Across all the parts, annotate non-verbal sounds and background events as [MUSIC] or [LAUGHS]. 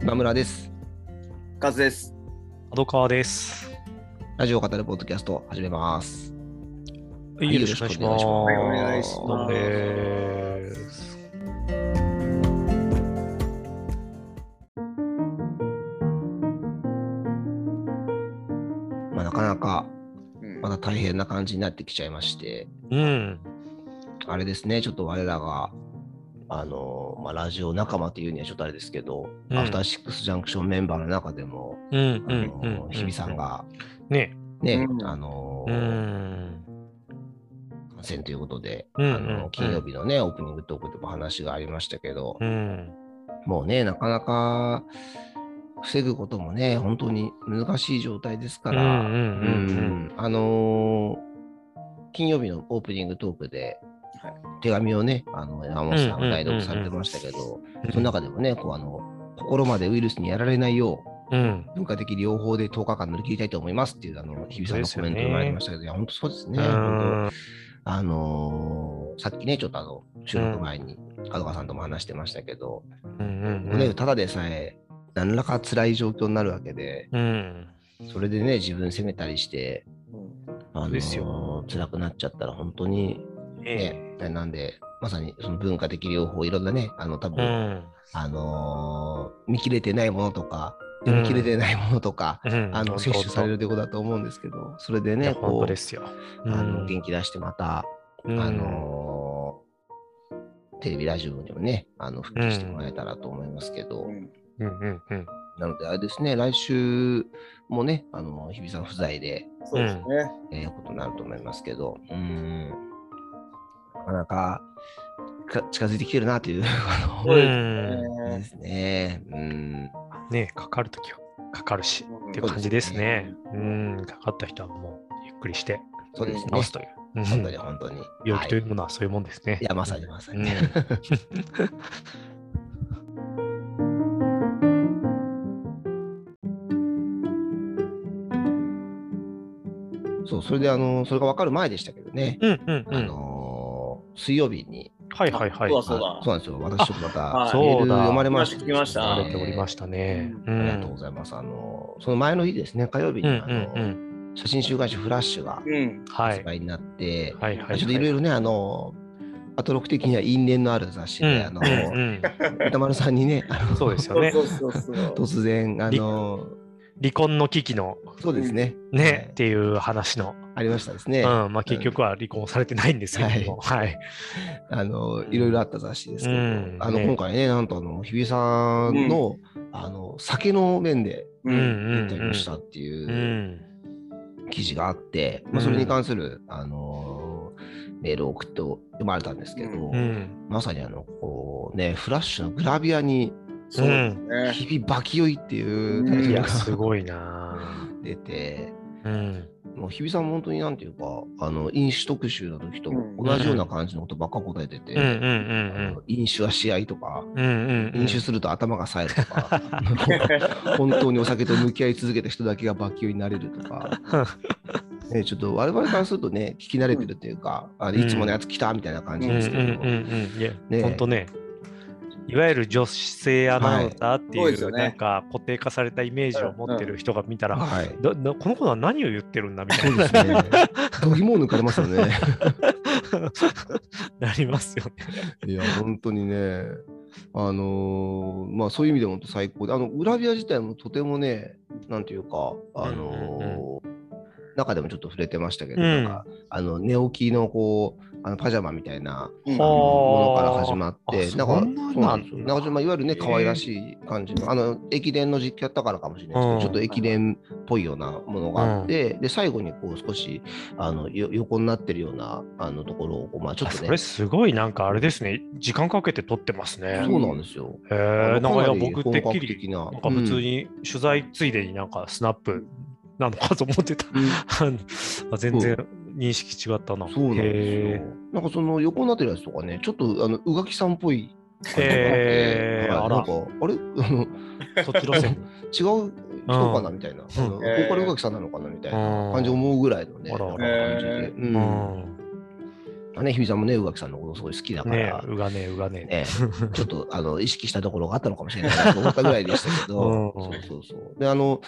今村です。カズです。角川です。ラジオを語るポッドキャスト始めます。いよろしくお願いします。はいお願いしどうもますです。まあ、なかなかうんまた大変な感じになってきちゃいまして、うん。あれですね、ちょっと我らが、あの、まあ、ラジオ仲間というにはちょっとあれですけど、うんアフターシックスジャンクションメンバーの中でも、うんあのうんうん。日比さん。がね。ね、うんあの、うん。感染ということで、うんあうのん金曜日のね、オープニングトークでも話がありましたけど、うん。もうね、なかなか防ぐこともね、本当に難しい状態ですかうんうら、うんんあのー金曜日のオープニングトークで、はい手紙をね、あの山本さんが代読されてましたけど、その中でもね、こうあの心までウイルスにやられないよう、うん。うん。文化的療法で10日間乗り切りたいと思いますっていう、あの日比さんのコメントそうですよねもありましたけど、いや本当そうですね。う本ん当あのーさっきね、ちょっとあの収録前に角川さんとも話してましたけど、うんうね、ん。ただでさえ、何らか辛い状況になるわけで、うん。それでね、自分責めたりして、うんあのーです辛くなっちゃったら本当に、ねえなんでまさにその文化的療法いろんなねあの多え。う分、ん。あのー見切れてないものとかうん見切れてないものとか、うんあの摂取される。ということだと思うんですけどそれでねね、本こ当うですよ。あの元気出してまた、うんあのーテレビラジオにもねあの復帰してもらえたらと思いますけど、うんうんうんうん。なのであれですね来週もねあの日比さん不在でそうですね。えーことになると思いますけど、うん、なかなかか近づいてきてるなという、あそうのですですねね。うん、ねかかるときはかかるし。うんっていう感じですね。うん。かかった人はもうゆっくりしてそうですね。治すという。うん本当に本当に。病気とはいうい、ものはそういうもんですね。いや、まさにまさうんに。 [LAUGHS] そう、それで、あの、それが分かる前でしたけどね、うんうんうあん。のー水曜日に、はいはいはい。そうだそうだあそうなんですよ、私ちょっとまあた、はメいール読まれました。聞きました言わ聞れておりましたね。ありがとうございます。あのーその前の日ですね、火曜日うんに、うあんのうんうん。写真週刊誌フラッシュがうん。は発い。売になって、はいはい。ちょっといろいろね、あの、アトロク的には因縁のある雑誌うんで、あの、うん歌丸さんにね、あうんのそうですそようね [LAUGHS] そ。うそうそう。突然、あの、離婚の危機のそうですね、ね、っていう話の、はいありましたですね。うんあまあ結局は離婚されてないんですけども、はい。の、いろいろあった雑誌ですけど、うんあの、ね今回ね、なんとあの、日比さんの、あの、酒の面でう。うんんインうんタビューしたってう。いうん記事があって、まあ、それに関する、あの、メールを送って読まれたんですけど、うん。まさにあの、こうね、フラッシュのグラビアに、そうですね。日々バキ酔いっていうタイトいルや、がすごいな出て、ぁうん。もう日比さん本当になんていうか、あの、飲酒特集の時と同じような感じのことばっか [LAUGHS] 答えてて、うんうんあの飲酒は試合とか、うんうん。うんうんうん飲酒すると頭が冴えるとか、 [LAUGHS] 本当にお酒と向き合い続けた人だけがバキ酔いになれるとか、 [LAUGHS] ね、ちょっと我々からするとね、聞き慣れてるというか、あれいつものやつ来たみたいな感じうんでうんすけうど、んうん。いや、ねほんとね。いわゆる女性アナウンサーってはいそうでいすよう、ねなんか固定化されたイメージを持ってる人が見たら、はい。だなこの子は何を言ってるんだみたそ [LAUGHS] いうですね。度肝を抜かれますよね。ななりますよね。いや、本当にね、あのーまあそういう意味でも本当最高で、あの、グラビア自体もとてもね、なんていうか、あのー中でもちょっと触れてましたけど、うんなんかあの寝起きのこうあのパジャマみたいなうんはあものから始まって、あなんかそんなそうなんですよなんだなんかちょっとまあいわゆるねへえ可愛らしい感じのあの駅伝の実況やったからかもしれないですけど、うんちょっと駅伝っぽいようなものがあって、で最後にこう少しあのよ横になってるようなあのところをこうまあちょっとそねれすごいなんかあれですね、時間かけて撮ってますね。そうなんですよ。へあえ、のなんかいかやなり僕本てっ格き的り、ななんか普通に取材ついでになんかスナップなのかと思ってた。う [LAUGHS] んあ全然認識違ったな。そうなんですよへ。なんかその横になってるやつとかね、ちょっとあの宇垣さんっぽい感じがあって、へーはいあらなんかあれ [LAUGHS] あのえ。そっち路線。違う人かなみたいな、あのここうんから宇垣さんなのかなみたいなうん感じ思うぐらいのね、あらなんか感じで、ううんん。まあね、日比さんもね、宇垣さんのことすごい好きだから、ねねえ、うがねえ、うがねえ。ちょっとあの意識したところがあったのかもしれないなと思ったぐらいでしたけど、うんそうそうそう。で、あの、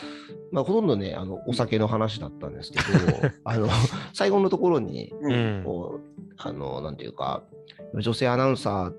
まあ、ほとんどね、あのお酒の話だったんですけど、 [LAUGHS] あの最後のところに、う。うんん。こうあのなんていうか女性アナウンサーっ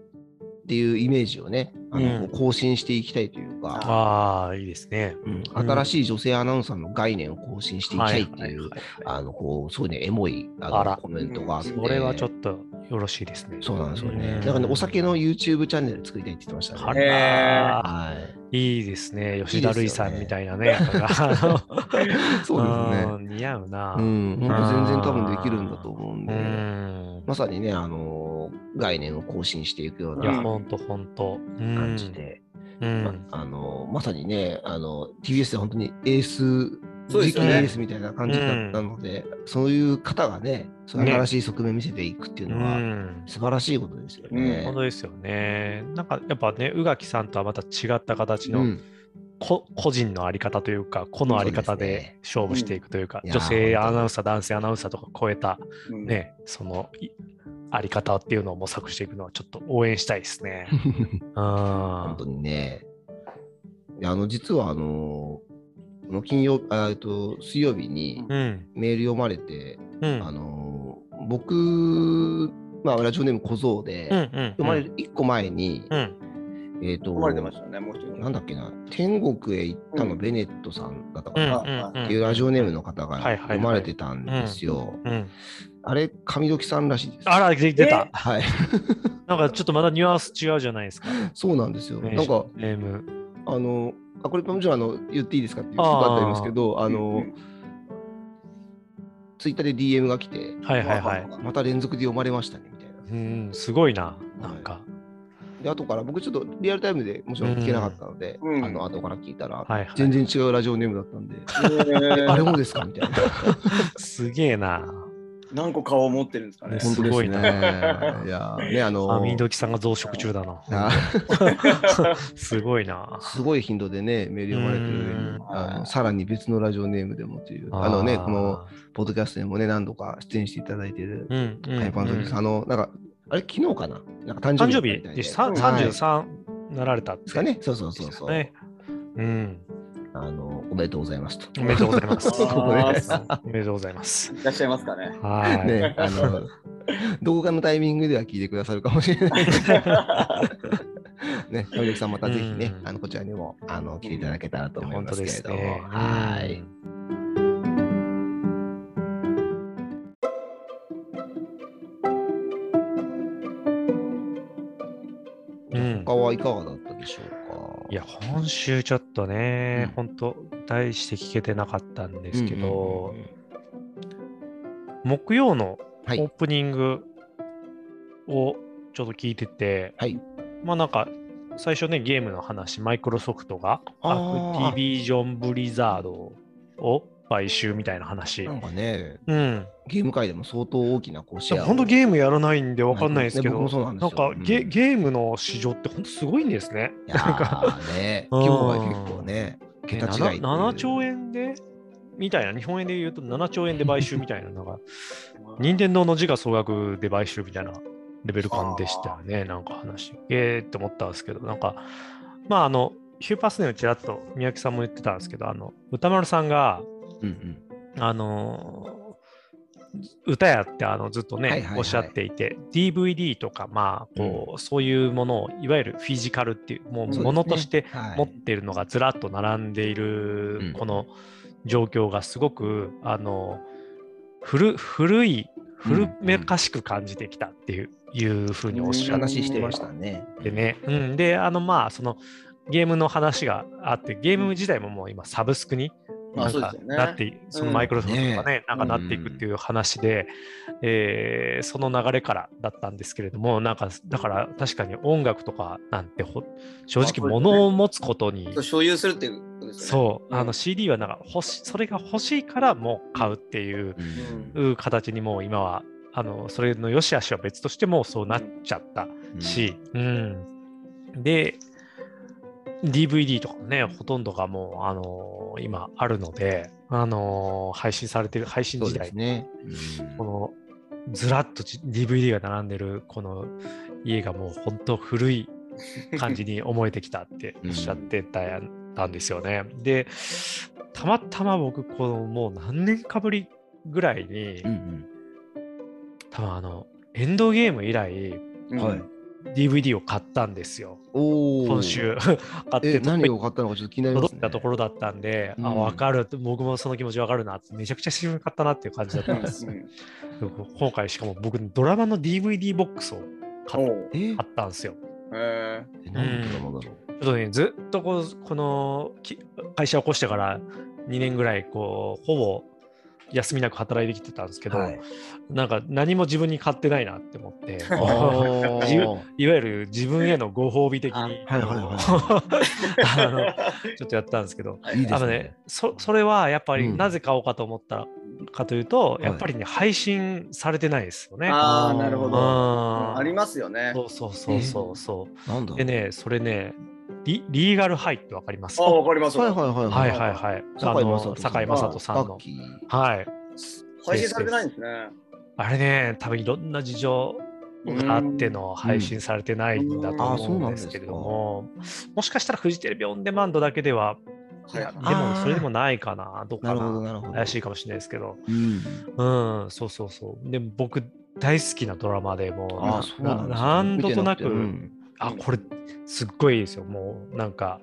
ていうイメージをねあの、うこんう更新していきたいというか、ああ、いいですね。うん新しい女性アナウンサーの概念を更新していきたいっていう、はいはいはいあのこうすごいねエモいああのらコメントがあって、それはちょっとよろしいですね。そうなんですよね、うんだからねお酒の YouTube チャンネル作りたいって言ってましたあね。らはい、いいですね。いいですよね吉田類さんみたいなね。や [LAUGHS] っぱなそうですね。ん似合うな。ううんん、本当全然多分できるんだと思うんで、まさにね、あの概念を更新していくよういや、なほんとほんと。うん感じ。で、うん。あのまさにねあの TBS で本当にエースそう次です期エよねースみたいな感じだったので、そういう方がねそういうね新しい側面見せていくっていううのは、ん。素晴らしいことですよねう本。当ですよね。なんかやっぱね、宇垣さんとはまた違った形うの [LAUGHS] ん個個人のあり方というか、個のありそ方うですで勝負していくというか、うんいや女性アナウンサー、男性アナウンサーとか超えたうん。ね、そのいあり方っていうのを模索していくのはちょっと応援したいですね。本当本にね。いやあの実はあのこの金曜あえっと水曜日にうん。メール読まれて、うん。あの僕まあラジオネーム小僧で、うんうん。読まれる一個前に、うん。えっ、と生まれてましたね、もう一人。なんだっけな、天国へ行ったのベネットさんだったかうんな、うんっていうラジオネームの方がはいはいはい読まれてたんですよ。うん。あれ、上時さんらしいです。あら、で出た。はい、なんかちょっとまだニュアンス違うじゃないですか。そうなんですよ。なんか、ネーム。あの、あこれ、もちろんあの言っていいですかっていうことだったんですけど、あうんうの、んツイッターで DM が来て、はいはいはい。また連続で読まれましたねみたいな。うん、すごいな。なんか。で、後から僕、ちょっとリアルタイムでもちろん聞けなかったので、うんあの後から聞いたら、はいはい。全然違うラジオネームだったんで、へーあれもですかみ [LAUGHS] たいな。すげえな。何個顔を持ってるんですかね。ね本当ですごいね。ないやー、ね、あのあ、みどきさんが増殖中だな。あ [LAUGHS] すごいな。すごい頻度でね、メール読まれてる上にんう、あのさらに別のラジオネームでもという、あのね、この、ポッドキャストにもね、何度か出演していただいてる、うん、うん。ハイパンゾキさんあの、なんか、あれ、昨日かななんか誕生誕日生だったみた日いでさんはいで33なられたんですかね。そうそうそうそう、ね。うん。あの。おめでとうございますと。おめでとうございます。 [LAUGHS] ここねおめでとうございます。いらっしゃいますか [LAUGHS] ね。はい。ね、あの、動画のタイミングでは聞いてくださるかもしれない。 [LAUGHS] ね、上時さんまたぜひねう、んあのこちらにもあの来ていただけたらと思い本ま当すけでれすども。ね。はい。うん他はいかがだったでしょうか。いや、今週ちょっとね、うん本当大して聞けてなかったんうでんうんうんすうん、けど、木曜のオはいープニングをちょっと聞いてて、はいまあなんか最初ねゲームの話マイクロソフトがアあークティビジョン・ブリザードを買収みたいな話な。んかね、うん、ゲーム界でも相当大きなこうシェアを。本当ゲームやらないんでわかんないですけねど、僕もそうなんですなんよかゲ,、うんゲームの市場って本当すごいんですね。いやー [LAUGHS] ね、うん規模が結構ね、桁違いってい7う。兆円でみたいな、日本円で言うと7兆円で買収みたいな、なん [LAUGHS] か、任間天堂の自我総額で買収みたいなレベル感でしたよね、なんか話。えーって思ったんですけど、なんか、まあ、あの、ヒューパスネのちらっと三宅さんも言ってたんですけど、あの、歌丸さんが、うんうん。あのー歌やってあのずっとね、はいはいはいおっしゃっていて DVD とかまあこう、そういうものをいわゆるフィジカルっていうそもううですねものとしてはい持っているのがずらっと並んでいうんるこの状況がすごくあの古古い古めかしく感じてきたっていう,、いうふうにおっしゃっ話してましたね。てね、うん、であのまあそのゲームの話があってゲーム自体ももう今サブスクにまあなんそうでかすよね。なってい、そのマイクロソフトとかね、なんかなっていくっていう話で、えーその流れからだったんですけれども、なんかだから確かに音楽とかなんてほ正まあそう直ですね物を持つことに、そう所有するっていうことですよね。そう、あの CD はなんか欲しそれが欲しいからもう買うっていううんう形にもう今はあのそれの良し悪しは別としてもうそうなっちゃったし、うん、で DVD とかもねほとんどがもう、あのー今あるので、あのー配信されてる配信そう時で代、すね。このずらっとじ DVD が並んでるこの家がもう本当古い感じに思えてきたっておっしゃってたやたんですよね。でたまたま僕このもう何年かぶりぐらいに、うんうん多分あのエンドゲーム以来うんはい。 DVD を買ったんですよおお。今。週 [LAUGHS] 買っえ、て何を買ったのかちょっと気になります届ね。いたところだったんで、うんあ分かる僕もその気持ち分かるなってめちゃくちゃ久しぶりに買ったなっていう感じだったん [LAUGHS] ですうん今回しかも僕ドラマの DVD ボックスを買っおうえー、買ったんですよへええ何のドラマだろちょっとねずっとこうこのき会社を起こしてから2年ぐらいこうほぼ休みなく働いてきてたんですけう。ど、なんか何も自分に買ってないなって思って [LAUGHS] あー自由いわゆる自分へのご褒美的に、あはいはいは [LAUGHS] あのちょっとやったんですけど、いいであすのねね。そそれはやっぱうりんなぜ買おうかと思ったかというと、いやっぱりね配信されてないですよね。ああ、なるほうど。あありますよね。そうそうそうそうそなんだろう。うで。ねそれねリリーガルハイってわかりますあかあ、わかります。はいはいははいいはいはい。堺雅人さんあの堺雅人さんバのッ。キーはい。配信されてないんですね。あれね、多分いろんな事情があっての配信されてないんだと思うんですけれども、もしかしたらフジテレビオンデマンドだけでは、いはいやではもあーそれでもないかな、どうなかるほどな、なるほど。怪しいかもしれないですけど、うん。うん、そうそうそう。で、僕、大好きなドラマでもうあなあ、そうなんですね何度となく、見てうんあ、これ、すっごいいいですよ。もう、なんか、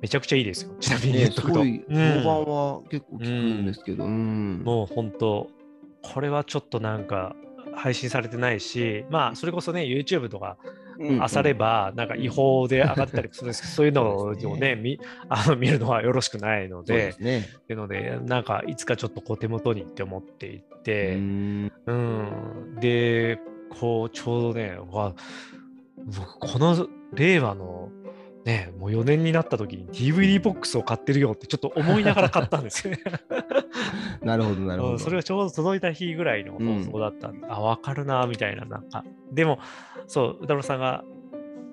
めちゃくちゃいいですよ。ちなみに言ね、っすとくと。ごい評うん判は結構聞くんですけど、うん。もう本当これはちょっとなんか配信されてないしまあそれこそね YouTube とかい。あさればなんか違法で上がったりするんですけど、そういうのそうをですねねみ [LAUGHS] あの見るのはよろしくないのそうでですね。っていうのでなんかいつかちょっとこう手元にって思っていてう、んうん、でこうちょうどねうわ僕この令和のねもう4年になった時に DVD ボックスを買ってるよってちょっと思いながら買ったんですよね。 [LAUGHS] なるほど [LAUGHS] なるほうど。んそれがちょうど届いた日ぐらいの放送だったんで、あ分かるなみたいななんかでもそう歌丸さんが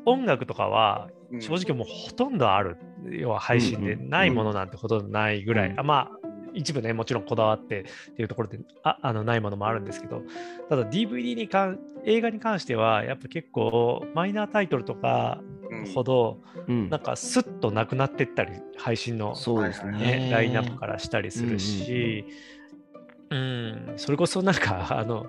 音楽とかは正直もうほとんどある、要は配信でうんうんないものなんてほとんどないぐらい、うんあまあ一部ねもちろんこだわってっていうところでああのないものもあるんですけどただ DVD に関映画に関してはやっぱ結構マイナータイトルとかほほど。どうんなんかスッとなくなってったり配信のそうですはいねね。ラインナップからしたりするし、うんそれこそなんか [LAUGHS] あの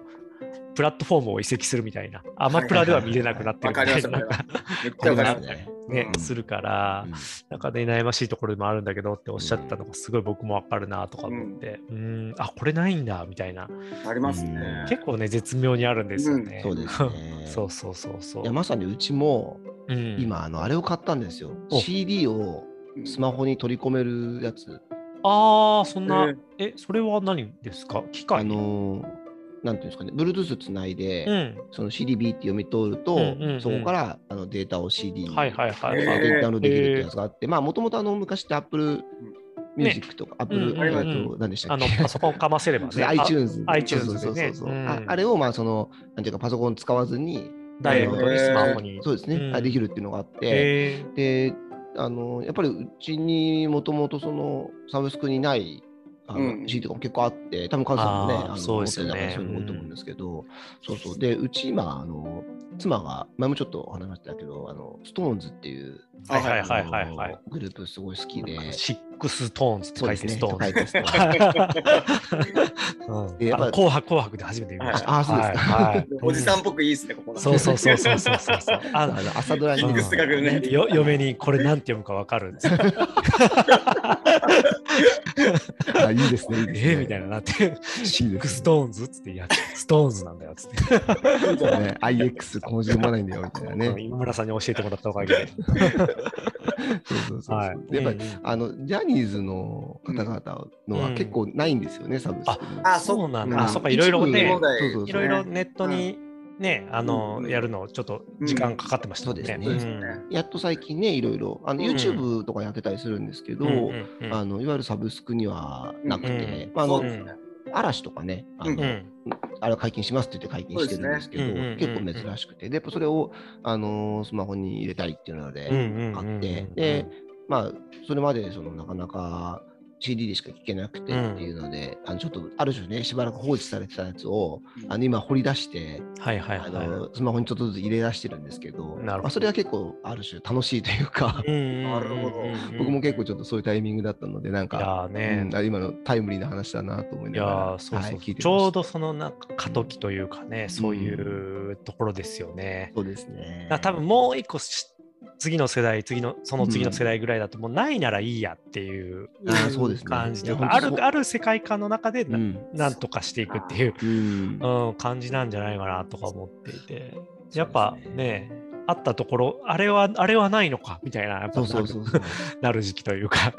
プラットフォームを移籍するみたいなアマプラでは見れなくなってるわみかりまたいす。なわなんかかりますめっちあゃりまわかすります。ね。ねうんするからう、んなんかね悩ましいところでもあるんだけどっておっしゃったのがすごい僕もわかるなとか思って、うん、あこれないんだみたいなありますね。結構ね絶妙にあるんですよね。そうですね。 [LAUGHS] そうそうそうそういやまさにうちもうん今あのあれを買ったんですよ。お CD をスマホに取り込めるやつ。ああそんな、うんえそれは何ですか機械あのーなんていうんですかね、Bluetooth つないで、うんその CDB って読み取ると、うんうんうんそこからあのデータを CD にはいはいはいはい、まあへデーータダウンロードできるってやつがあって、まあもともとあの昔って Apple ね Music とか、Apple、うんうんうんえっと何でしたあっけのパソコンかませれば [LAUGHS] ね。あ iTunes。 iTunes そうそうでそねうそう、うんあ。あれをまあその、なんていうかパソコン使わずに、ダイレクトにスマホに。そうですね、うんあできるっていうのがあって、へーで、あの、やっぱりうちにもともとそのサブスクにないあうんうのん CD とかも結構あって、多分カズさんもねあ、ーのそうですよね持ってる中そういうの多いと思うんですけど、そうそう。で、うち今、あの、妻が、前もちょっと話しましたけど、あの、ストーンズっていう、はいはいあのはいはいはい。グループすごい好きで、シックストーンズって書いてるストーンズ。ですね。と書いてますうんやあっ [LAUGHS] ぱの紅白紅白で初めて見ました。あーそうですかはいはいおじさんっぽくいいですね、ここそうそうそうそうそうそうそう。あ [LAUGHS] あの朝ドラキンにグスが来るね。よ嫁にこれなんて読むかわかるん [LAUGHS] ですよ [LAUGHS] あいいですね、いいですね。えーみたいななって、シいッでクスすねトーンズっつって、いや、ストーンズなんだよっつって。ね、IX この字読まないんだよみたいな [LAUGHS] うんね。今村さんに教えてもらったおか [LAUGHS] げで。そうそうそうそうはいでやっぱり、うんうんあのジャニーズの方々のは結構ないんですよね、サブスクに。あ、そうそう。なんうんだ。あ、そっか、いろいろね。一部そうそうそういろいろネットにね、あの、うんやるのちょっと時間かかってましたもんね。うんそうですねやっと最近ね、いろいろあのうん YouTube とかやってたりするんですけど、うんうんうんあのいわゆるサブスクにはなくて、うまあ、あそのうですね。嵐とかねあの、うんうんあれは解禁しますって言って解禁してるんですけど、そうですねうんうんうんうん結構珍しくて、でやっぱそれを、あのースマホに入れたいっていうので、うんうんうんうん買って、でまあ、それまでそのなかなか CD でしか聴けなくてっていうので、あのちょっとある種ねしばらく放置されてたやつをあの今掘り出してはいはいあはい。のスマホにちょっとずつ入れ出してるんですけどなるほどまあ、それは結構ある種楽しいというか、ななるほど僕も結構ちょっとそういうタイミングだったのでなんいか、やーねうん、あ今のタイムリーな話だなと思いいなやがらーそうはそ、いう聞いてましたちょうどそのなんか過渡期というかね、そういうところですよね。そうですねだから多分もう一個し次の世代次のその次の世代ぐらいだともうないならいいやっていうあーそうですね感じといういかやあ本当そうるある世界観の中でな,、、うんんなんとかしていくっていう、うんうん、感じなんじゃないかなとか思っていてやっそぱうですねあったところあれはあれはないのかみたいなやっぱそうなるそうそうそうなる時期というか、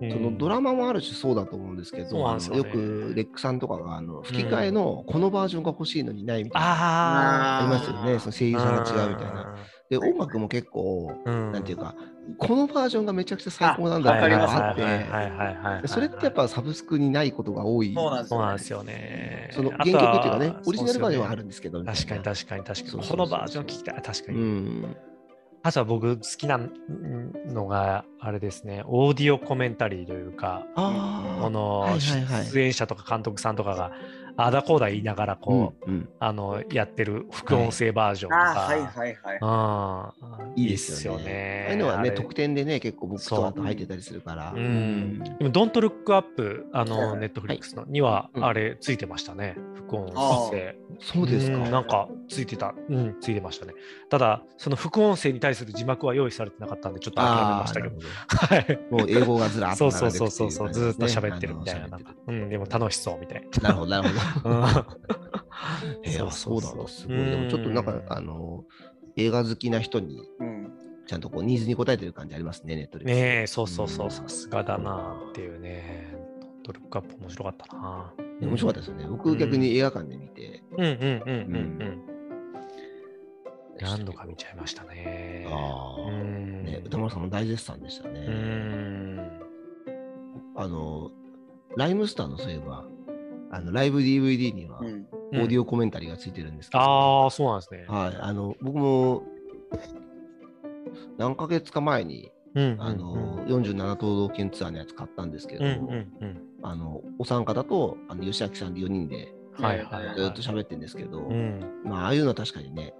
うんそのドラマもある種そうだと思うんですけそうど、なんあですよのねよくレックさんとかがあの吹き替えのこのバージョンが欲しいのにないみたいな、ああーりますよね、その声優さんが違うみたいな。で、はい音楽も結構、うんなんていうか、このバージョンがめちゃくちゃ最高 [LAUGHS] なんだわみたかいりなまのすがあっはいはいはいはいはいて、それってやっぱサブスクにないことが多い、そうなんですそうなんですよね。そのあ原と曲はっていうかね、オリジナルバージョンはあるんですけど、みたい確かにな確かに確かそうそうに。そうこのバージョン聞きたい。確うかに。ん、あとは僕好きなのが、あれですね、オーディオコメンタリーというか、あこのはいはいはい出演者とか監督さんとかが、ああだこうだ言いながらこう、うんうんあのやってる副音声バージョンとあーはいかはいはい。うん。いいですよいいっね。ああいうのはあね、れ特典でね、結構僕とかと入ってたりするから。ううんん、でも、ドントルックアップ、あはいはの、いネットフリックスのには、うんあれ、ついてましたね、副音声。そうですんか。なんか、ついてた、うん、ついてましたね。ただ、その副音声に対する字幕は用意されてなかったんで、ちょっと諦めましたけど、はい。もう英語がずらっ [LAUGHS] とそうそう並べてっそうていそううそう、感じずでーっすねと喋ってるみたいな、あのなんか、うん、でも楽しそうみたいな。なるほど、なるほ [LAUGHS] ど。 [LAUGHS] えそーうそうだそうな、そうすごい。でもちょっとなんうか、んあの、映画好きな人に、うん。ちゃんとこう、ニーズに応えてる感じありますね、ネットで。ねえ、そうそうそうう、んさすがだなっていうね。ドントルックアップ面白かったな。面白かったですよね。僕、逆に映画館で見て、うんうんうんうんう。うん何度か見ちゃいましたね。あーうんね、歌丸さんも大絶賛でしたうね。ん。あの、ライムスターのそういえば、あのライブ DVD にはうオん。ーディオ。オコメンタリーがついてるんですけど、ああ、そうなんですね。はい、あの僕も何ヶ月か前にうんあの、47都道県ツアーのやつ買ったんですけうど、んうんうんあのお三方とあの吉明さんで4人でうん。はいはいはい。ずっと喋ってるんですけど、うん。まあ、ああいうのは確かにね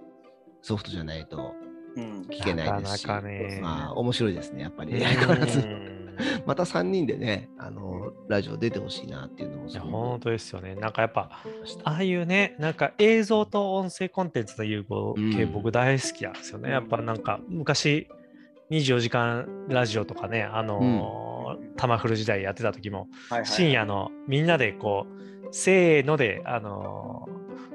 ソフトじゃないとうん。聞けないですしなかなかねまあ、面白いですねやっぱり、う [LAUGHS] また3人でねあのラジオ出てほしいなっていうのもんいすやごく本当ですよね。なんかやっぱ、思いましたああいうね、なんか映像と音声コンテンツの融合系、うん僕大好きなんですよね。やっぱなんか昔、24時間ラジオとかね、あのーうんタマフル時代やってた時も、はいはい深夜のみんなでこうせーのであの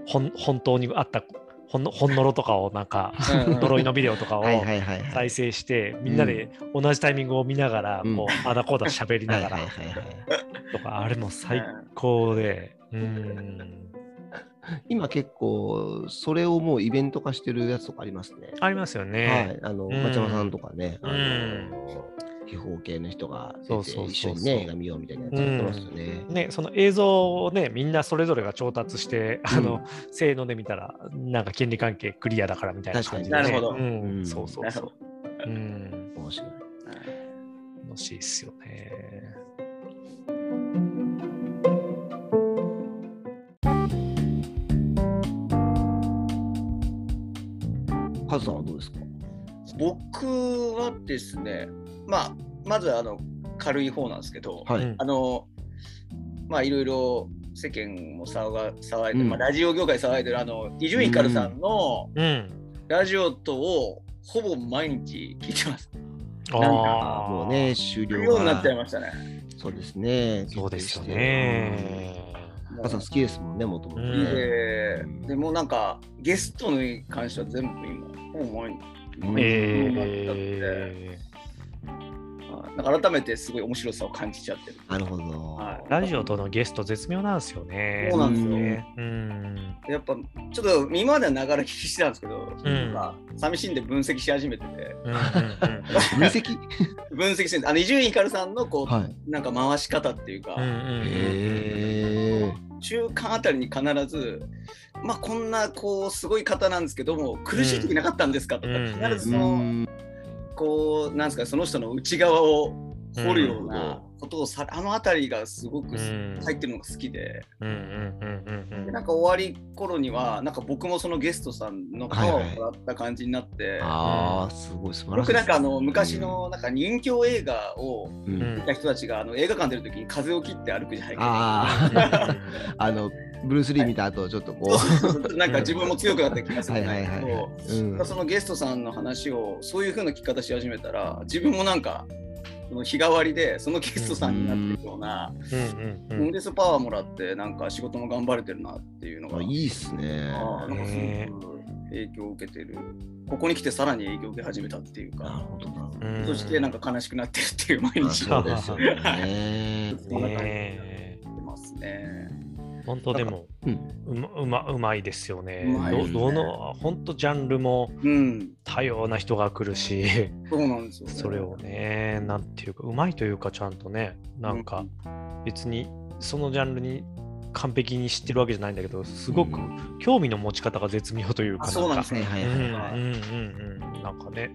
ーほん本当にあったほんのほんのろとかをな [LAUGHS] んかうんうん呪いのビデオとかをはいはいはいはい再生してみんなで同じタイミングを見ながらうんこうあだこうだ喋りはない [LAUGHS] がはいらはいはいとかあれも最高でうん今結構それをもうイベント化してるやつとかありますね。ありますよはねい、あの、んガチャマさんとかね、あうんの、秘宝系の人がそう出そうそてうそう一緒にね、映画見ようみたいなやつやってますよね。ねその映像をねみんなそれぞれが調達してあうのせーので見たらなんか権利関係クリアだからみたいな感じでね確かになるほどううんんそうそうそううん面白い。楽しいっすよね。カズさんはどうですか僕はですね、まあ、まずあの軽い方なんですけど、はい。うんあのまあいろいろ世間も騒が騒いで、うんまあ、ラジオ業界騒いでるあの伊集院光さんのうん。ラジオとをほぼ毎日聞いてます。あなんあーもうね、終聞く了ようにながっちゃいましたね。そうですね。そうですよね。うん。カズさん好きですもんね、もともとうんね。ででもなんかゲストに関しては全部今ほぼ毎日。うんええなんか改めてすごい面白さを感じちゃってる。なるほど。はいー、ラジオとのゲスト絶妙なんですよね。そうなんですよねうん。やっぱちょっと今までは流れ聞きしてたんですけど、うんなんか寂しいんで分析し始めててうんうんうん分析分析してるあの伊集院光さんのこう、はい。なんか回し方っていうか、うんうんへえ。中間あたりに必ずまあこんなこうすごい方なんですけども苦しい時なかったんですかとか、うん必ずうその、んこうなんですかその人の内側を掘るようなことをさあの辺りがすごくうん入ってるのが好きで,、うんうんうんうんうでんなんか終わり頃にはなんか僕もそのゲストさんのパワーをもらった感じになって、ああ、すごい素晴らしい。僕なんかあの昔のなんか人形映画をうん、うん見た人たちがあの映画館出る時に風を切って歩くじゃないか。あ [LAUGHS] あ、あの、ブルース・リー見た後、ちょっとこそうそう [LAUGHS] そうなんか自分も強くなった気がう。すはるいんだはいはけいどはい。うんそのゲストさんの話をそういう風な聞き方し始めたら自分もなんかその日替わりでそのゲストさんになってるようなうんううんうんんでそのパワーもらってなんか仕事も頑張れてるなっていうのがあいいっすね。あーなんかすねごく影響を受けてるここに来てさらに影響を受け始めたっていうなるかほど [LAUGHS] な。うんそしてなんか悲しくなってるっていう毎まあ日そうですよね。こんな感じにねなってますね。え本当でもうん。うまうまうまいですよねうまいですねどどの本当ジャンルもうん多様な人が来るしそうなんですよ、それをねなんていうかうまいというかちゃんとねなんか別にそのジャンルに完璧に知ってるわけじゃないんだけどすごくうん興味の持ち方が絶妙というあかそうなんですはいね。はいうんはい。うんうんうんなんかね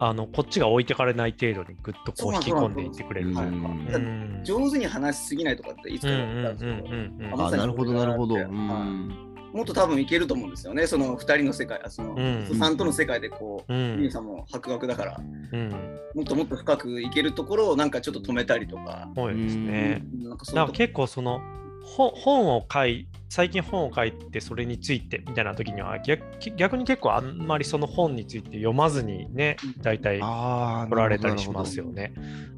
あのこっちが置いてかれない程度にぐっとこう引き込んでいってくれるというか。そうそううん上手に話しすぎないとかっていつかうんう言ったんんですけど、うんうんうんあなるほどなるほど。うはいん。もっと多分いけると思うんですよね。その二人の世界、その、うんさんとの世界でこう、うミ、うんさんも博学だから、うん、もっともっと深くいけるところをなんかちょっと止めたりとか、そうですね。なんかそういなうんとこか結構その本本を書い最近本を書いてそれについてみたいな時には逆逆に結構あんまりその本について読まずにね大体ああ、取られたりしますよね。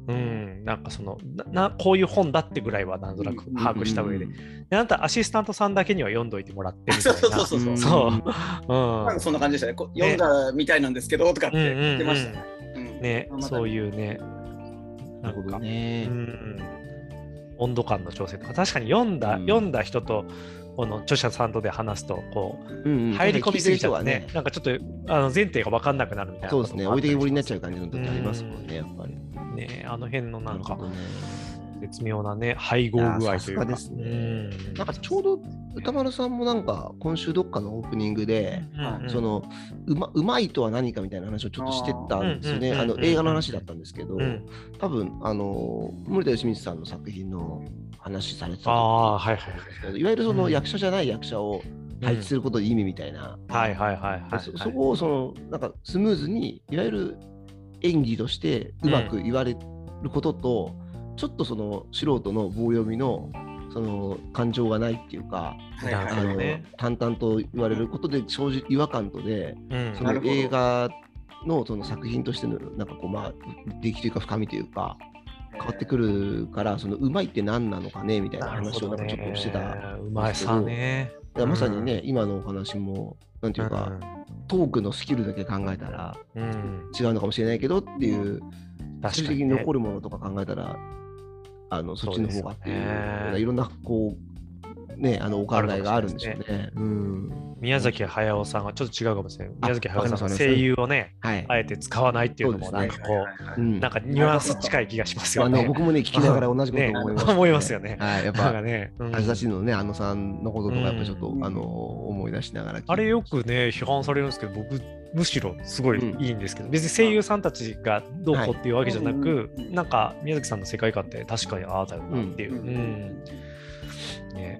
うんなんかそのななこういう本だってぐらいはなんとなく把握した上で,で、あなたアシスタントさんだけには読んどいてもらってみたいな。 [LAUGHS] そうそうそうそう。そなうんうかんそんな感じでしたね。こ読んだみたいなんですけどとかって言ってましたね。うんねまあまたそういうね。なるほどうね。ん温度感の調整とか確かに読んだ、うん読んだ人とこの著者さんとで話すとこうんううん入り込みすぎちゃってね,、聞いてる人はなんかちょっとあの前提が分かんなくなるみたいなそうですね。置いてけぼりになっちゃう感じの時うんありますもんね、やっぱり。うねあの辺のなんかるほどね絶妙なね配合具合というかいやさすがですねうんなんかちょうど歌丸さんもなんか今週どっかのオープニングで、うんうんそのうまうまいとは何かみたいな話をちょっとしてたんですよね。あーあうんうのんうんうん映画の話だったんですけど、うん多分あの森田義満さんの作品の話されてたあとあ思はいはいはうんですけどいわゆるそうのん役者じゃない役者をい配置することの意味みたいな、うんはいはいはいはいそそこをそのなんかスムーズにいわゆる演技としてうまく言われることと、ちょっとその素人の棒読みのその感情がないっていうか、はいはいなあるほどのね淡々と言われることで生じる違和感とで、うんそなのるほど映画のその作品としてのなんかこうまあ出来というか深みというか変わってくるからそのうまいって何なのかねみたいな話をなんかちょっとしてた、なだるかほどねうまいさねらまさにね、今のお話もなんていうか、トークのスキルだけ考えたらうんうん、違うのかもしれないけどっていう確最か終的ににね、残るものとか考えたらあのそっちの方がっていそうですようねいろんなこうねあのお考えがあるんでしょうね。うん、宮崎駿さんがちょっと違うかもしれない。宮崎駿さんわかりがます声優をね、はい。あえて使わないっていうのもそうなでんすかねこうう、んなんかニュアンス近い気がしますよあのね。僕 [LAUGHS] もね聞きながら同じことを思いました、ね思いますよねはい、やっなんかぱね、うん恥ずかしいのね、あのさんのこととかやっぱちょっと、うんあの思い出しながら聞いてあれよくね、批判されるんですけど、僕、むしろすごいうんいいんですけど、別に声優さんたちがどうこうっていうわけじゃなく、はいなんか宮崎さんの世界観って確かにああだよなっていう、うんうんね、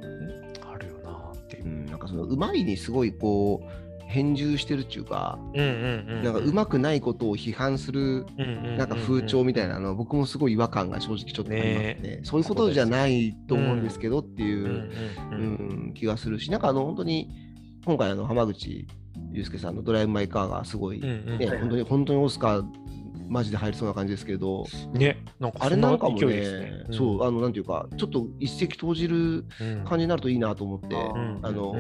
あるよなっていうう。ん、なんかそのうまいにすごいこう返従してるっていうか、うんうんうん、なんかうまくないことを批判するななんか風潮みたいなの、僕もすごい違和感が正直ちょっとありますねそういうことじゃないと思うんですけどっていうう、うんんうんうん気がするし、なんかあの本当に今回あの浜口祐介さんのドライブ・マイ・カーがすごい、うねんうんはい本当に本当にオスカーマジで入りそうな感じですけど、ね、なんかあそれんななんかも勢いねですね。そうあのなんていうかちょっと一石投じるうん、うん感じになるといいなと思って、うんあの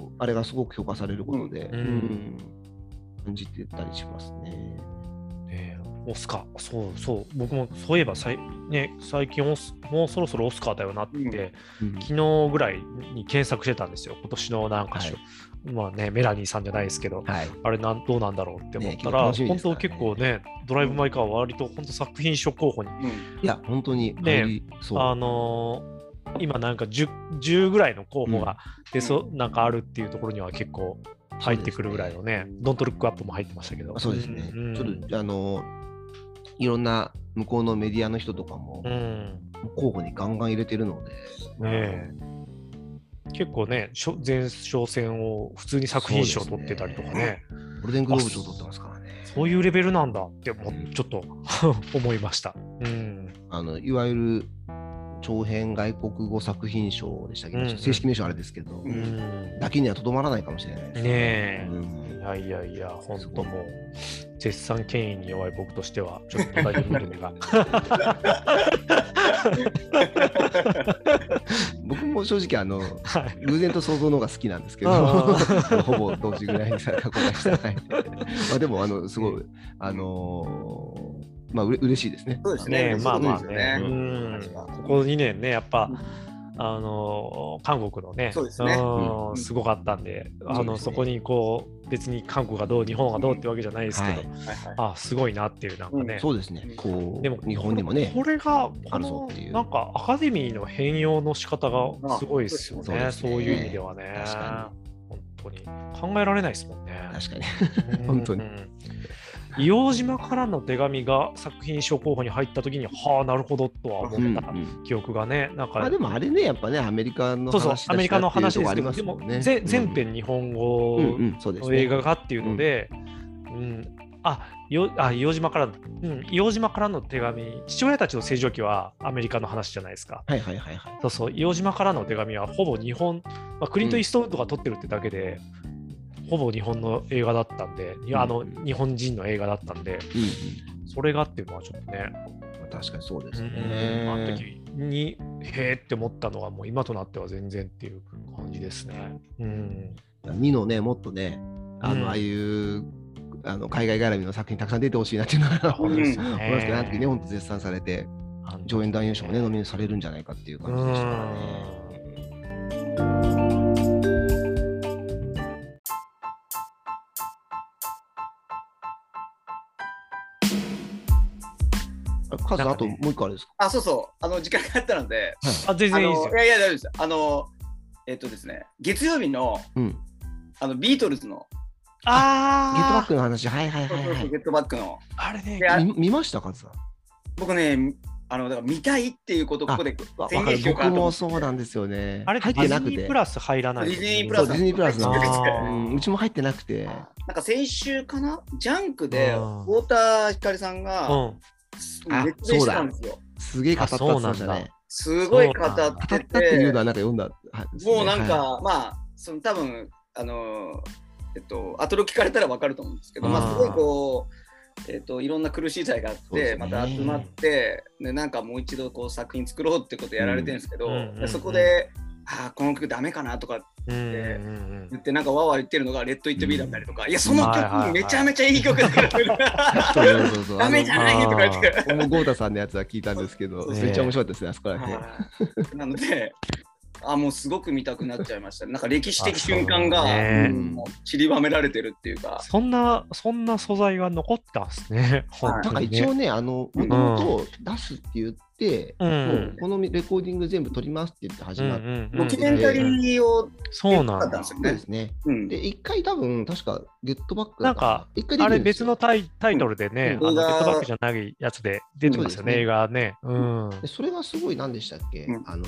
ーあれがすごく評価されることで、うんうん感じてたりしますね。ねえオスカー、そうそう、僕もそういえばさい、ね、最近オス、もうそろそろオスカーだよなって、うんうん昨日ぐらいに検索してたんですよ、今年のなんかし、はまあね、メラニーさんじゃないですけど、はい、あれなん、どうなんだろうって思ったら、ね結構楽しみで本すから当、ね結構ね、ドライブ・マイ・カーは割と本当作品賞候補に、うんいや本当にね入りそうあのー今なんか 10, 10ぐらいの候補が、でそなんかあるっていうところには結構入ってくるぐらいのね、ドントルックアップも入ってましたけど。そうですね、うんちょっとあのーいろんな向こうのメディアの人とかもうん。候補にガンガン入れてるので、ねえ。結構ね、賞前哨戦を普通に作品賞取ってたりとかそうですね、ゴールデングローブ賞取ってますからね。そういうレベルなんだってもうんちょっと [LAUGHS] 思いました。うん。あのいわゆる長編外国語作品賞でしたけど、うんうん正式名称あれですけど、ううんん。だけにはとどまらないかもしれないですねえうんいやいやいや、本当もう、絶賛権威に弱い僕としては、ちょっと大丈 [LAUGHS] 夫が。僕も正直あのはい。偶然と想像の方が好きなんですけど、あ [LAUGHS] ほぼ同時ぐらいにさ過去がして [LAUGHS] ないんで、まあでもあのすごい、あのーまあうれ嬉しいですね。そうですねねえ、まあまあそうねで。すよねうん。ここ2年ね、やっぱ、あの韓国のねそうですねんうんすごかったんで、あそうのですそねこにこう別に韓国がどう日本がどうってわけじゃないですけど、はいはいはいあすごいなっていうなんかね、そうですね。こうでも日本にもねこ、れがあこるぞのっていうなんかアカデミーの変容の仕方がすごいですよそうでねすそねういう意味ではね確か本当に考えられないですもんね確かに。うん本当に硫黄島からの手紙が作品賞候補に入った時にはあなるほどとは思うんうったん記憶がねなんかまあでもあれね、やっぱね、アメリカのそうそう話アメリカの話ですけどででももね。ぜうん全編日本語うんうんそうですのね映画がっていうので、うんあよあ硫黄島から、うん、硫黄島からの手紙父親たちの正常期はアメリカの話じゃないですかはいはいはいはい。そうそう硫黄島からの手紙はほぼ日本、まあ、クリント・イーストウッドが撮ってるってだけで、ほぼ日本の映画だったんでいやあの、うん日本人の映画だったんうでんそれがっていうのはちょっとね、うんまあ確かにそうですうんね。あの時にへーって思ったのはもう今となっては全然っていう感じですね。うん2のね、もっとね、あうんの、ああいう、あの海外絡みの作品たくさん出てほしいなっていうのは、思いますよねけど、あの時ね、本当絶賛されて、上演男優賞もね、ノミネートされるんじゃないかっていうう感じでしたからね。んあカズ、なんあかとねもう一個あれですかあ、そうそう、あの時間があったので、あ全あ然いいですのよい。やいや、大丈夫です。あの、えっとですね、月曜日のうん。ゲあのビートルズのットバッあクの話、はいはいはいはいゲットバックの、ああれねで、あみ。見ました、カズさん。僕ね、あのだから見たいっていうことをここでわわ宣か言るしようか僕なと思もって。そうなんですよね。あれ入デっィてなくズニーてプ。ラス入らない。ディズニーそプラうスディズニープラスなんですよあーうんうちも入ってなくて。なんか先週かな、ジャンクで、ウうんォーターひかりさんうが、ん。あ熱弁してたんですよ。すげえ語ったって言ってましたね。すごい語っ語てったっていうての、はなんか読んだ。はいですねもうなんか、はまあ、その多分あのえっと、アトロ聞かれたらわかると思うんですけど、まあ、あーすごいこう、えっと、いろんな苦しい罪があっそうでて、すねまた集まって、で、なんかもう一度こう作品作ろうってことやられてるんですけど、うんうんうんでそこで、ああ、この曲ダメかなとかうんうんうんうん言って、なんかわーわー言ってるのが、レッド・イット・ビーだったりとか、いや、その曲めちゃめちゃいい曲だから、 [LAUGHS] そうそうそうそう。ダメじゃないとか言って。あの僕もゴータさんのやつは聞いたんですけど、そうそうめっちゃ面白かったですね、あそこら辺。はいなので、あもうすごく見たくなっちゃいました。なんか歴史的瞬間あが、そううねんもう散りばめられてるっていうか、そんなそんな素材が残ったんですね。本なん当かに一ね応。ね、あの、もともと出すって言って、う。もうんこのレコーディング全部撮りますって言って始うんうまって、んうドんキュメンタリーを、そうなんだ。そうですね。うんで、一回多分、確か、ゲットバックだなっんたか、一回出あてるれんです別よのタイタイトルでね、うんあの映ゲ画ットバックじゃないやつで出てますそうよね、ですね映画ね。うん。でそれがすごい何でしたっけ、うんあの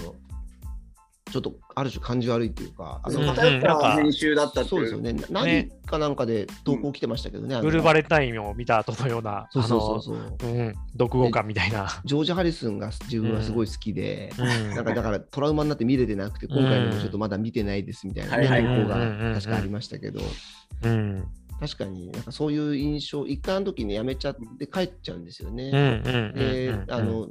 ちょっとある種感じ悪いっていうか、あそののうん偏っなんかた編集だったってそうでいすよう。ね。な何かなんかで投稿来てましたけどね。あのブルーバレンタインを見た後のような、そうそうそうそう。あの、うん、独語感みたいな。ジョージ・ハリスンが自分はすごい好きで、うんなんかだからトラウマになって見れてなくて、今回のもちょっとまだ見てないですみたいなねはい投はい稿うんうんうんが確かありましたけど、うん確かになんかそういう印象、一回の時にやめちゃって帰っちゃうんですよね。うんうんうんでうん、あの、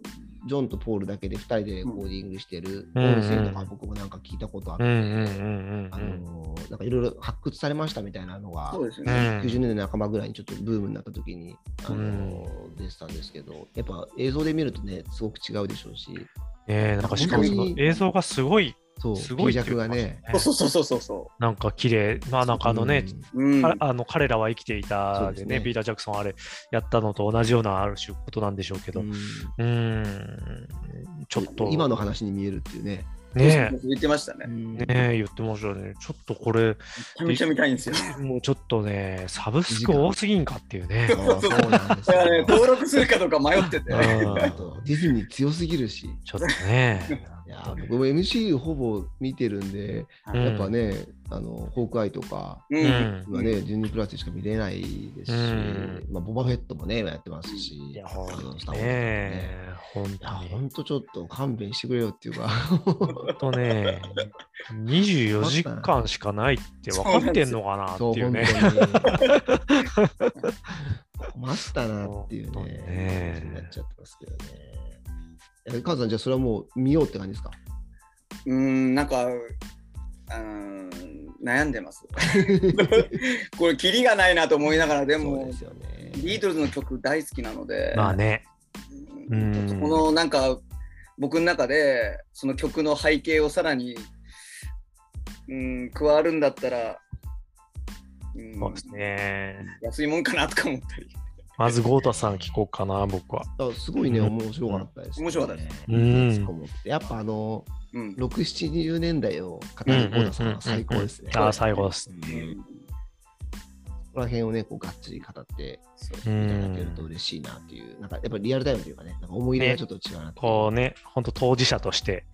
ジョンとポールだけで2人でレコーディングしてる音声とか僕もなんか聞いたことあっうて、んうんうんあのなんかいろいろ発掘されましたみたいなのが、そうですようね。んうん90年代の半ばぐらいにちょっとブームになった時に、あの出てたんですけど、やっぱ映像で見るとね、すごく違うでしょうし、えなんかしかもその映像がすごい、そう、すごい静寂がね、そうそうそうそうそなんか綺麗まあなんかあのね、う。うん。かあの彼らは生きていそたうでですねねビーター・ジャクソンあれやったのと同じようなある種ことなんでしょうけうどん、うんちょっと今の話に見えるっていうね、ねえ。言ってましたね。ねえ言ってましたよね。ちょっとこれ、めちゃめちゃ見たいんですよ。 [LAUGHS] もうちょっとね、サブスク多すぎんかっていうね。あそうなんですだからね、 [LAUGHS] よ登録するかどうか迷ってて。うんあとディズニー強すぎるし、ちょっとね。 [LAUGHS] いやー僕も MCU ほぼ見てるんで、うんやっぱね、あのホークアイとかう。うんん。はね、12プラスでしか見れないですし、うんまあ、ボバフェットもね、今やってますし、いや、あほのんスとターねウォーズもねえ。ほんいや、とほに。んとちょっと勘弁してくれよっていうか、ほんとね、24時間しかないって分かってんのかなってそう、い本う当にね。。困ったなっていうそうね、ね感じになっちゃってますけどね。えカズさん、じゃあそれはもう見ようって感じですかうん、なんか、うん、悩んでます。 [LAUGHS] これ、キリがないなと思いながら、でそうもで、すよね。ビートルズの曲大好きなので、まあね。ううんんこのなんか、僕の中で、その曲の背景をさらに、うん、加わるんだったら、うんそうですね。安いもんかなとか思ったり。まずゴータさん聞こうかな、僕は。あすごいね、面白かったです、ね。面白かったですうんしかもやっぱあの、うん。 6、70年代を語るコーダさんは最高ですね。ああ、最後です。うんここら辺をね、こうがっつり語っていただけると嬉しいなっていう、なんかやっぱリアルタイムというかね、なんか思い入れがちょっと違うなっていうこうね、本当当事者として、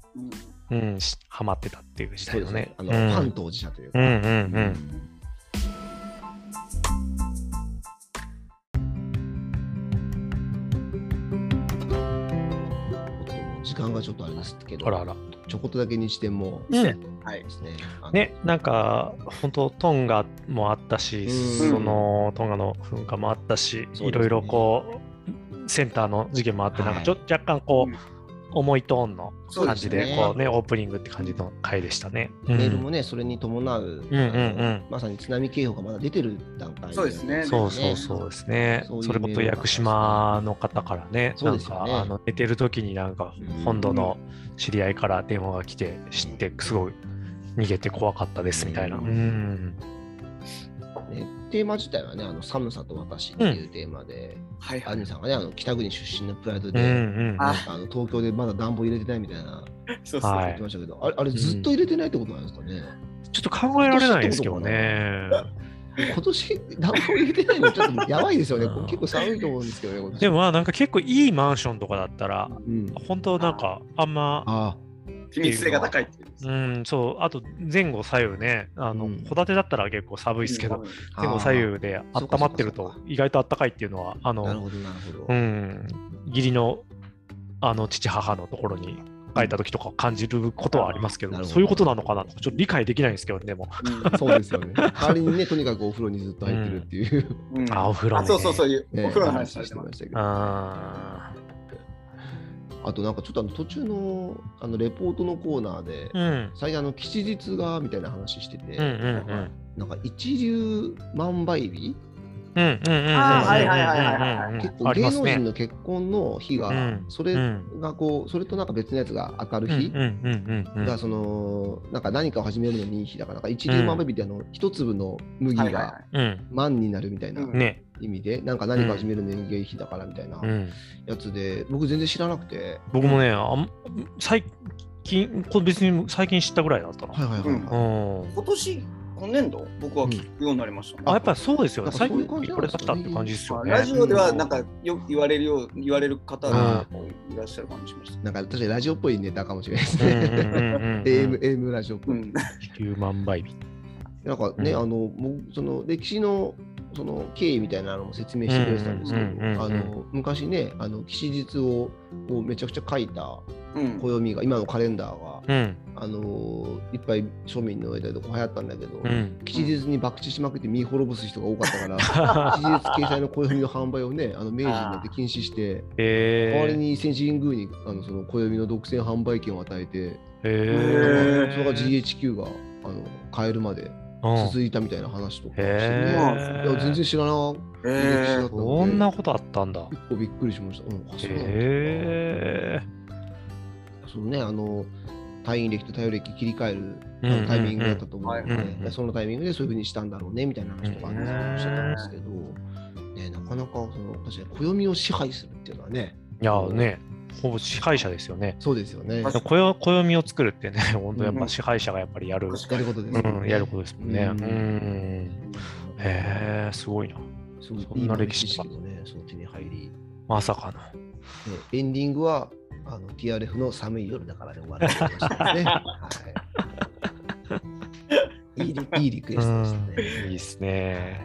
うんうん、しハマってたっていう時そうで代のすねね。。あの、ファン当事者というか。うんうんうんちょっともう時間がちょっとあれですけうど、ん。あらあら。ちょこっとだけにしてもうん。はいで。すね。あのね、なんか、本当トンガもあったし、うんそのトンガの噴火もあったし、すねいろいろこう、センターの事件もあって、なんかちょは若干こうんう、重いトーンの感じそうでで、すねこうね、オープニングって感じの回でしたね。うメールもんね、それに伴う、うんうんまさに津波警報がまだ出てる段階そうですねそうそうそうですね。そういうそれこそ屋久島の方からね、そうでなんすよかねあの寝てる時になんかうん本土の知り合いから電話が来て知ってすごい逃げて怖かったですみたいな。ううんん。ねテーマ自体はね、あの寒さと私っていうテーマで、はいはアいニ。さんがね、あの北国出身のプライドうで、んうん。ああの東京でまだ暖房入れてないみたいなそうそう。は言っいて。ましたけど、あれあれずっと入れてないってことなんですかね。ちょっと考えられないですけどね。今年暖房入れてないのちょっとやばいですよね。これ結構寒いと思うんですけどね今年、でもまあなんか結構いいマンションとかだったら、うん、本当なんかあんま、あ秘密性が高いっていう。うん、そう、あと前後左右ね、あの、うん戸建てだったら結構寒いですけど、ー前後左右であーそうか温まってるそうとかそう意外と暖かいっていうのは、ああーなるの、ほど、なるほど。うん、義理のあの父母のところに帰った時とか感じることはありますけど、なるほどそういうことなのかなとかちょっと理解できないんですけど、でも、そうですよね。代わりにね、とにかくお風呂にずっと入ってるっていう、うんうんあお風呂、あね、そうそうそういう、ねお風呂の話されしてまましたけど。ああとなんかちょっとあの途中のあのレポートのコーナーで、ーうん最近あの吉日がみたいな話してて、うんうんうんなんか一流万倍日、うんうんうんうんうんあーはいはいはいはい結うん構あり芸ま能すね人の結婚の日が、うんそれがこうそれとなんか別のやつが当たるうん日うんうんうんうんがそのなんか何かを始めるのにいい日だからなんか一流万倍日ってあの一粒の麦はいはいはがい。うん万になるみたいなうんね意味でなんか何かを始めるのにいい日だからみたいなうんやつで僕全然知らなくて僕もねあん最近これ別に最近知ったぐらいだったな、はいはいはい、うんはいうん今年、今年度、僕は聞くようになりましたね。あやっぱりそうですよねやっぱ最そうい近う感じなんこれですだかねったって感じですよねラジオではなんかよく言われるよう言われる方がいらっしゃる感じしましなた。んか確かにラジオっぽいネタかもしれないですうんうね。んうんうんうん AM, AM ラジオっぽうい。ん、 9万倍日なんかね、うんあのもうその歴史のその経緯みたいなのも説明してくれてたんですけうんうんうんうんど、あの昔ね、あの吉日をこうめちゃくちゃ書いたうん、暦が今のカレンダーがうんあのいっぱい庶民の間でこう流行ったんだけど、うん吉日に博打しまくって身滅ぼす人が多かったから。 [LAUGHS] へ吉日掲載の暦の販売をね、あの明治になって禁止して、代わりえに伊勢神宮にあのその暦の独占販売権を与えて、へへそれがえ GHQ があの変えるまでうん続いたみたいな話とかしてへね、ーいや全然知らなえい歴史だったのーで、そんなことあったんだ結構びっくりしました。うん、あそうなんだへえそのね、あの退院歴と退用歴切り替えるあうんうんうのんタイミングだったと思うので、はいうんうんいやそのタイミングでそういうふうにしたんだろうねみたいな話とかあうんっうんたんですけど、ね、なかなかその確かに暦を支配するっていうのはね、いやねほぼ支配者ですよね。そうですよね。確か暦暦を作るってね、 [LAUGHS] 本当やっうぱん支配者がやっぱりややる、ることですよね、うん、やることですもんね。ううんん。へえ、すごいな。すごいそいんいな歴歴史史識がのね、その手に入り。まさかの。でエンディングはあの TRF の寒い夜だからで終わるっていう話です [LAUGHS] ね。はい、いいリいいリクエストでしたね。うんいいですね。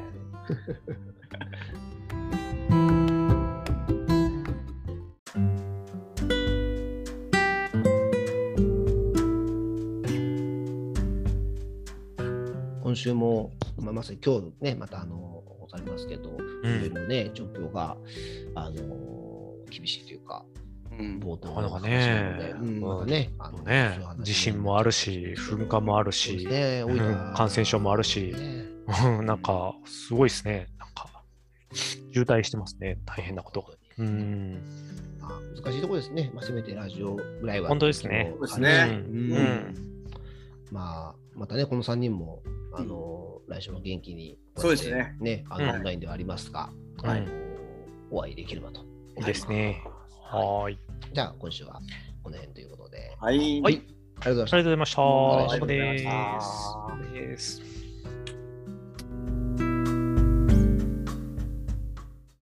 今週も、まあ、まさに今日ね、またあの、わかりますけど、ういろいん。ろね、状況が、あの、厳しいというか、うん冒頭なかなかね話なのでうんまたね、ああののね、地震もあるし、噴火もあるそうし、ですね大分うん感染症もあるしねうんなんか、すごいですね。なんか、渋滞してますね。大変なことが。うん。まあ難しいところですね、まあ、せめてラジオぐらいは。本当ですねそのそうですねあのうんううんん。まあ、またね、この3人も、あの来週も元気に、そうですね。ね、あのうんオンラインではありますが、うんあのお会いできればと。いいですねははーい。い。じゃあ、今週はこの辺ということで、ありはい。はい。がとうございましたありがとうどうもございました。お疲れ様ありがとうございましたです。です